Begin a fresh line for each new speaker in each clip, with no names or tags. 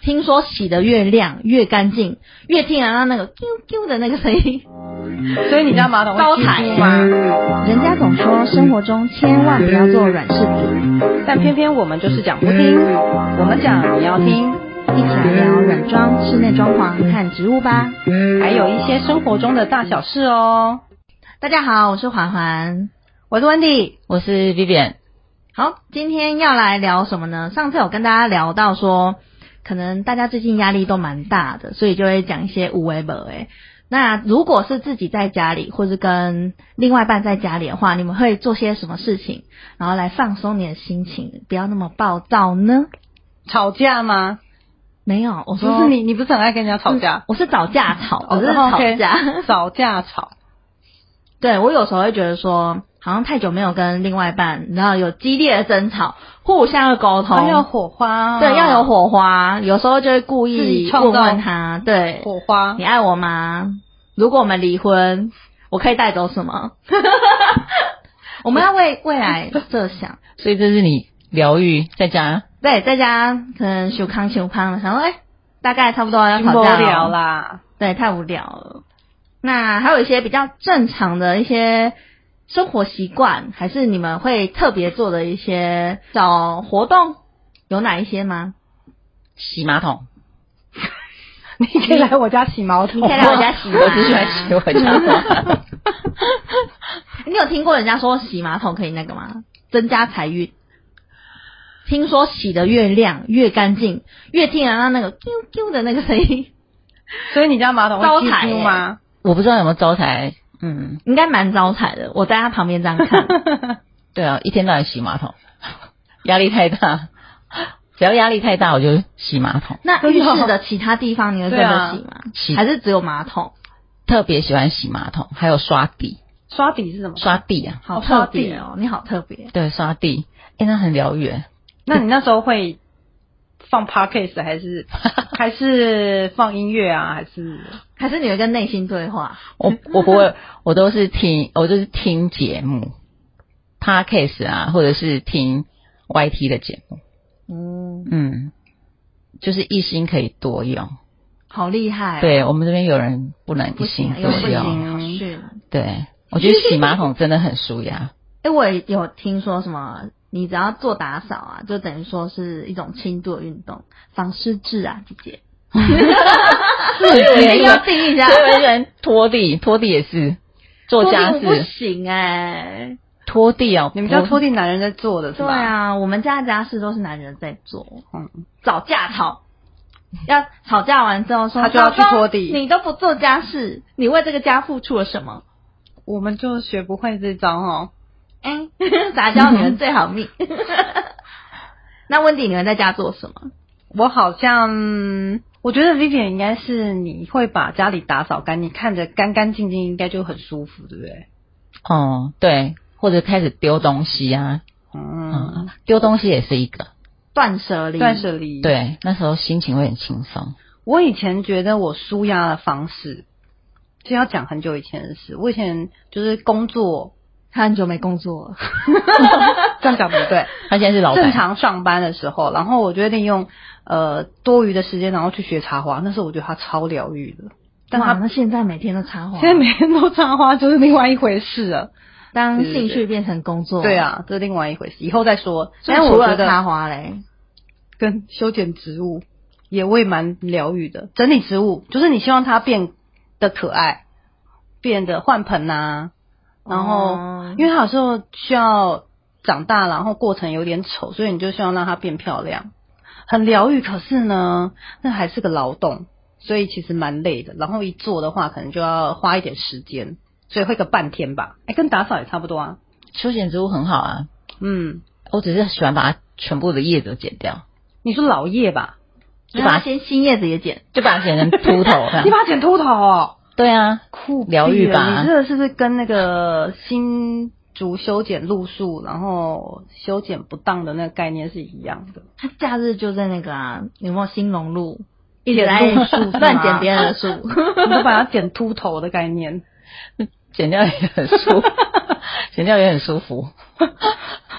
听说洗的越亮越干净，越听得到那个 “q q” 的那个声音。
所以你家马桶
招
会
财
起雾吗？
嗯
人家总说生活中千万不要做软柿子，
但偏偏我们就是讲不听，我们讲你要听，
一起来聊软装、室内装潢和植物吧。
还有一些生活中的大小事哦。
大家好，我是环环，
我是 Wendy，
我是 Vivian，
好，今天要来聊什么呢？上次有跟大家聊到说，可能大家最近压力都蛮大的，所以就会讲一些无为本哎。那如果是自己在家里，或是跟另外一半在家里的话，你们会做些什么事情，然后来放松你的心情，不要那么暴躁呢？
吵架吗？
没有，我
不
说
是你，你不是很爱跟人家吵架？
嗯我是找架吵，我
哦
是吵架。
OK，吵架吵。
对我有时候会觉得说，好像太久没有跟另外一半，然后有激烈的争吵，互相的沟通，
哦要有火花、
对，要有。火花，有时候就会故
自己
意
创
问
造
问他，对，
火花
你爱我吗？如果我们离婚，我可以带走什么？ 我们要为未来设想。
所以这是你疗愈在家
对，在家可能修康修康了，想说哎、大概差不多要
无
吵架
聊
了，
啦，
对，太无聊了。那还有一些比较正常的一些生活习惯，还是你们会特别做的一些小活动，有哪一些吗？
洗马桶，
你可以来我家洗毛
你
巾
可以来我家洗啊吗？
哦我只喜欢洗我家马桶。
你有听过人家说洗马桶可以那个吗？增加财运。听说洗的越亮越干净，越听得到那个 “q q” 的那个声音，
所以你家马桶
招
会
财
起雾吗？
我不知道有没有招财，嗯，
应该蛮招财的。我在他旁边这样看，
对啊，一天到晚洗马桶， 压力太大，只要压力太大我就洗马桶，
那浴室的啊其他地方你会跟着洗吗？
洗
还是只有马桶？
特别喜欢洗马桶，还有刷地，
刷底是什么？
刷地啊，
好
哦刷
特别
地
哦，你好特别。
对，刷地，哎、那很疗愈，诶
那你那时候会放 podcast 还 是还是放音乐啊？还是
还是你会跟内心对话？
我我不会，我都是听，我就是听节目，podcast 啊，或者是听 YT 的节目，
嗯，
嗯，就是一心可以多用。
好厉害哦、
对我们这边有人不能
不
一
行
心
啊，
多
又不
用，
行，好逊。
对我觉得洗马桶真的很舒压，
哎、我也有听说什么，你只要做打扫啊，就等于说是一种轻度的运动，防湿质啊，姐 姐。
是
一定要定义一 下，
有人拖地，拖地也是做家
拖地不
事，
行哎、
拖地哦，
你们家
不
拖地男人在做的是
对
吧？，
啊，我们家的家事都是男人在做，
嗯，
找架吵。要吵架完之后说，
他就要去
老公
拖地
你都不做家事，你为这个家付出了什么？
我们就学不会这招哦。
哎、杂交女人最好命。 那温迪，你们在家做什么？
我好像，我觉得 Vivian 应该是你会把家里打扫干净，看着干干净净，应该就很舒服，对不对？
哦，对，或者开始丢东西啊，
嗯
嗯，，丢东西也是一个，
断舍离，
断舍离。，
对，那时候心情会很轻松，
我以前觉得我舒压的方式，这要讲很久以前的事。我以前就是工作，
他很久没工作了，
这样讲不对。
他现在是老
正
板，
常上班的时候，然后我决定用呃多余的时间，然后去学插花。那时候我觉得它超疗愈的，但
哇
它
那现在每天都插花，
现在每天都插花就是另外一回事了。
当
对对
兴
对
趣变成工作，
对，啊，这是另外一回事，以后再说。
所以
但
嗯除
我
了
觉
插
得
花嘞，
跟修剪植物也会蛮疗愈的，整理植物就是你希望它变得可爱，变得换盆啊，然后、
哦
因为它有时候需要长大，然后过程有点丑，所以你就希望让它变漂亮，很疗愈。可是呢，那还是个劳动，所以其实蛮累的。然后一做的话，可能就要花一点时间，所以会个半天吧。哎，跟打扫也差不多啊。
休闲植物很好啊，
嗯，
我只是喜欢把它全部的叶子剪掉，
你说老叶吧，
就把
那先新叶子也剪，
就把它剪成秃头这样
你，把它剪秃头哦，
对啊，
酷毙了
疗愈吧
你这个是不是跟那个新竹修剪路数，然后修剪不当的那个概念是一样的？
他假日就在那个啊，有没有兴隆路？一直
剪
在
路树是吗
乱剪别人的树，
你都把它剪秃头的概念。
剪掉也很舒服，剪掉也很舒服。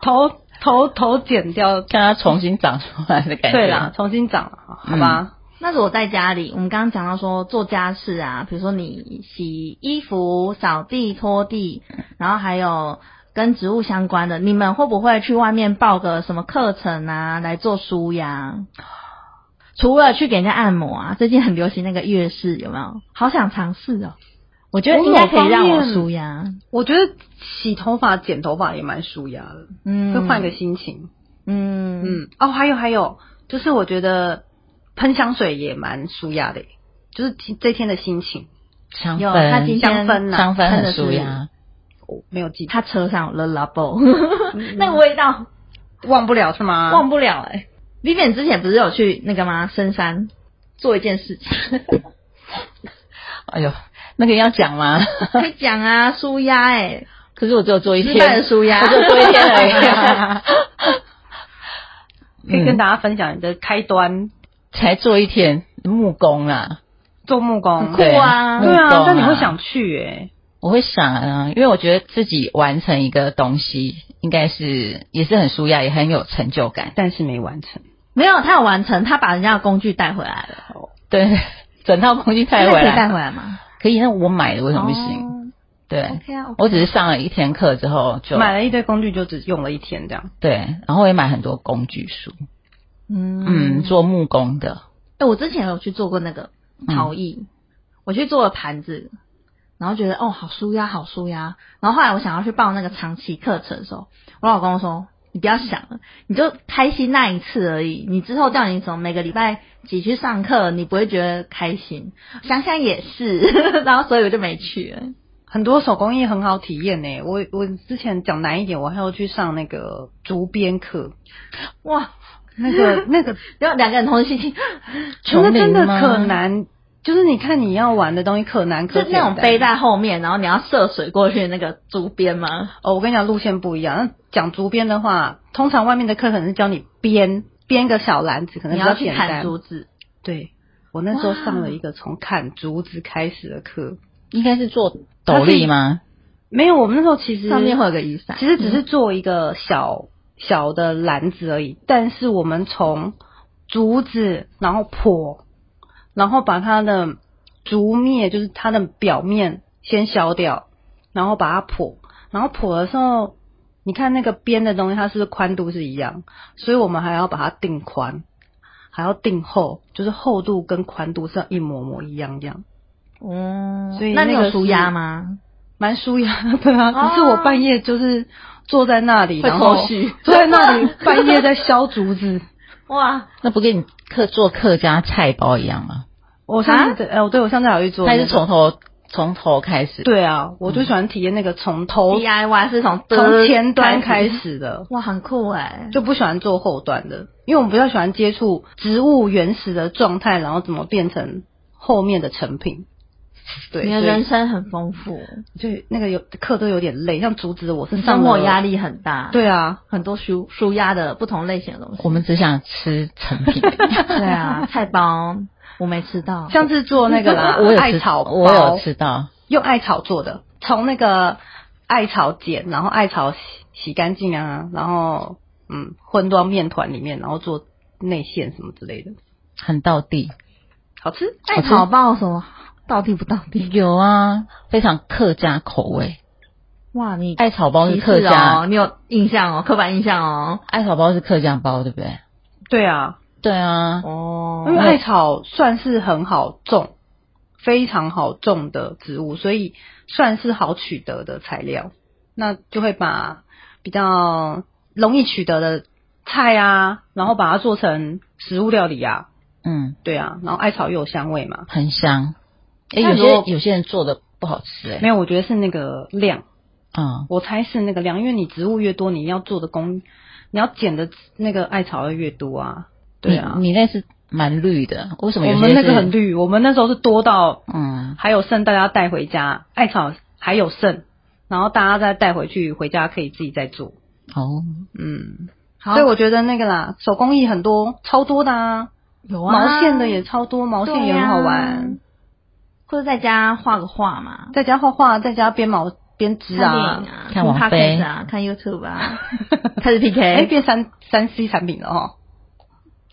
头头头剪掉，
看它重新长出来的感觉。
对啦，，重新长了，好吧？
那如果在家里，我们刚刚讲到说做家事啊，比如说你洗衣服、扫地、拖地，然后还有跟植物相关的，你们会不会去外面报个什么课程啊，来做舒压？除了去给人家按摩啊，最近很流行那个月事，有没有？好想尝试哦，我觉得应该可以让我舒压。
我觉得洗头发、剪头发也蛮舒压的，
嗯，
会换个心情。
嗯嗯，
嗯，哦，还有还有，就是我觉得喷香水也蛮舒压的耶，就是今这天的心情，
香
有他今天
氛，
香氛呐
香氛
啊喷的
很
是
舒压。
我没有记，
他车上有 l o b o
嗯
那个味道
忘不了是吗？
忘不了哎、欸。Vivian 之前不是有去那个吗？深山做一件事 情，
哎呦，那个要讲吗？
可以讲啊，舒压哎，
可是我只有做一
失败
天
的，舒压
我只，有做一天而已。
可以跟
嗯
大家分享你的开端，
才做一天木工啦，
做木工，
酷啊
嗯对
对啊，
木工
那你会想去哎、
我会想啊，因为我觉得自己完成一个东西，应该是也是很舒压，也很有成就感。
但是没完成。
没有他有完成，他把人家的工具带回来了，
对， 整套工具带
那 可
回
以带
来，哦
回来吗？哦
可以，那我买的为什么不行？对，
？OK 啊，
我只是上了一天课之后就
买了一堆工具就只用了一天这样。
对，然后我也买很多工具书，
嗯
嗯，做木工的，
哎、我之前有去做过那个
嗯
陶艺，我去做了盘子，然后觉得哦，好舒压，好舒压。然后后来我想要去报那个长期课程的时候，我老公说：“你不要想了，你就开心那一次而已。你之后叫你什么每个礼拜几去上课，你不会觉得开心。想想也是， 然后所以我就没去了。
很多手工艺很好体验呢、我我之前讲难一点，我还要去上那个竹编课，
哇，
那个 那个
然后两个人同 时去，
丛
那
林
真的
吗
可难，就是你看你要玩的东西可难可
就
简
那
单
种背在后面，然后你要涉水过去的那个竹编吗？
哦，我跟你讲路线不一样。那讲竹编的话，通常外面的课可能是教你编编个小篮子，可能
你
比较
要去
简
砍
单。
竹子，
对，我那时候
哇
上了一个从砍竹子开始的课，
应该是做斗笠吗？
没有，我们那时候其实
上面会有个雨伞。
其实只是做一个小小的篮子而已，但是我们从竹子，然后剖，然后把它的竹篾，就是它的表面先削掉，然后把它剖，然后剖的时候，你看那个边的东西，它是不是宽度是一样，所以我们还要把它定宽，还要定厚，就是厚度跟宽度是要一模模一样这样。
哦，
所以
那你
那
有
个是
舒压吗？
蛮舒压的啊，
哦
只是我半夜就是坐在那里，
会
然后
抽搐
坐在那里半夜在削竹子。
哇，
那不跟你客做客家菜包一样吗？
我上次哎，我对我上次还有去做
它
那
也
个，
是从头从头开始，
对啊，我就喜欢体验那个从头
DIY 是从
从前
嗯
端
呃开
开
始，
始的，
哇，很酷哎、
就不喜欢做后端的，因为我们比较喜欢接触植物原始的状态，然后怎么变成后面的成品。对，
你的
所以
人生很丰富，
就那个有课都有点累，像竹子，我是上
生活
了
压，力很大，，
对啊，
很多舒舒压的不同类型的东西。
我们只想吃成 品。，
对啊， 菜包我没吃到，
像是做那个啦
我有
艾
吃
草包，
我有吃到，
用艾草做的，从那个艾草剪，然后艾草洗洗干净啊，然后嗯混到面团里面，然后做内馅什么之类的，
很到地。
好吃。
艾
吃
草包什么到底不到底？
有啊，非常客家口味。
哇，你
艾草包是
歧
客
视
家，
哦，你有印象哦，刻板印象哦，
艾草包是客家包，对不对？
对啊，
对啊，
哦
因为艾草算是很好种，非常好种的植物，所以算是好取得的材料。那就会把比较容易取得的菜啊，然后把它做成食物料理啊，
嗯，
对啊，然后艾草又有香味嘛。
很香。哎，
那
有
如果
些有些人做的不好吃，哎，
没有，我觉得是那个量，
嗯，
我猜是那个量，因为你植物越多，你要做的工，你要剪的那个艾草要越多啊。对啊，
嗯你你那是蛮绿的，为什么
我
有
们
些
那个
是
很绿，我们那时候是多到
嗯，
还有剩，大家带回家，艾草还有剩，然后大家再带回去，回家可以自己再做。
哦，
嗯，
好
所以我觉得那个啦，手工艺很多，超多的啊，
有啊，
毛线的也超多，毛线
啊
也很好
对
玩，
啊，或者在家画个画嘛，
在家画画，在家编毛编织
看电
啊
影，啊，
看
听
网
podcast
飞
啊，看 YouTube 啊，开始 PK。
哎、变三三 C 产品了哦哈。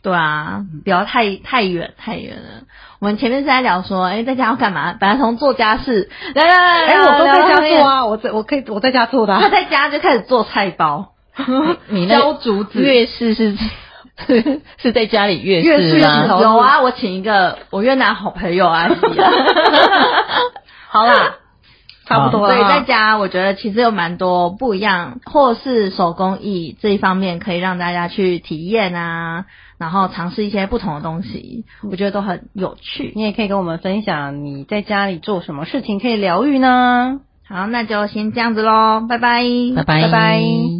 对啊，不要太太远太远了。我们前面是在聊说，哎、在家要干嘛？本来从做家事，来来来，
哎、
来
我都在家。
聊
做
聊
啊，我在我可以我在家做的、
他
啊。
在家就开始做菜包，
你那
削
个
竹子。
月事是是 是在家里月
越
事
是
吗？
有啊，我请一个我越南好朋友阿姨 啊。好啦，
差不多
所
了
以
啊
在家我觉得其实有蛮多不一样，或是手工艺这一方面可以让大家去体验啊，然后尝试一些不同的东西，我觉得都很有趣。
你也可以跟我们分享你在家里做什么事情可以疗愈呢？
好，那就先这样子喽，拜拜，
拜拜
拜拜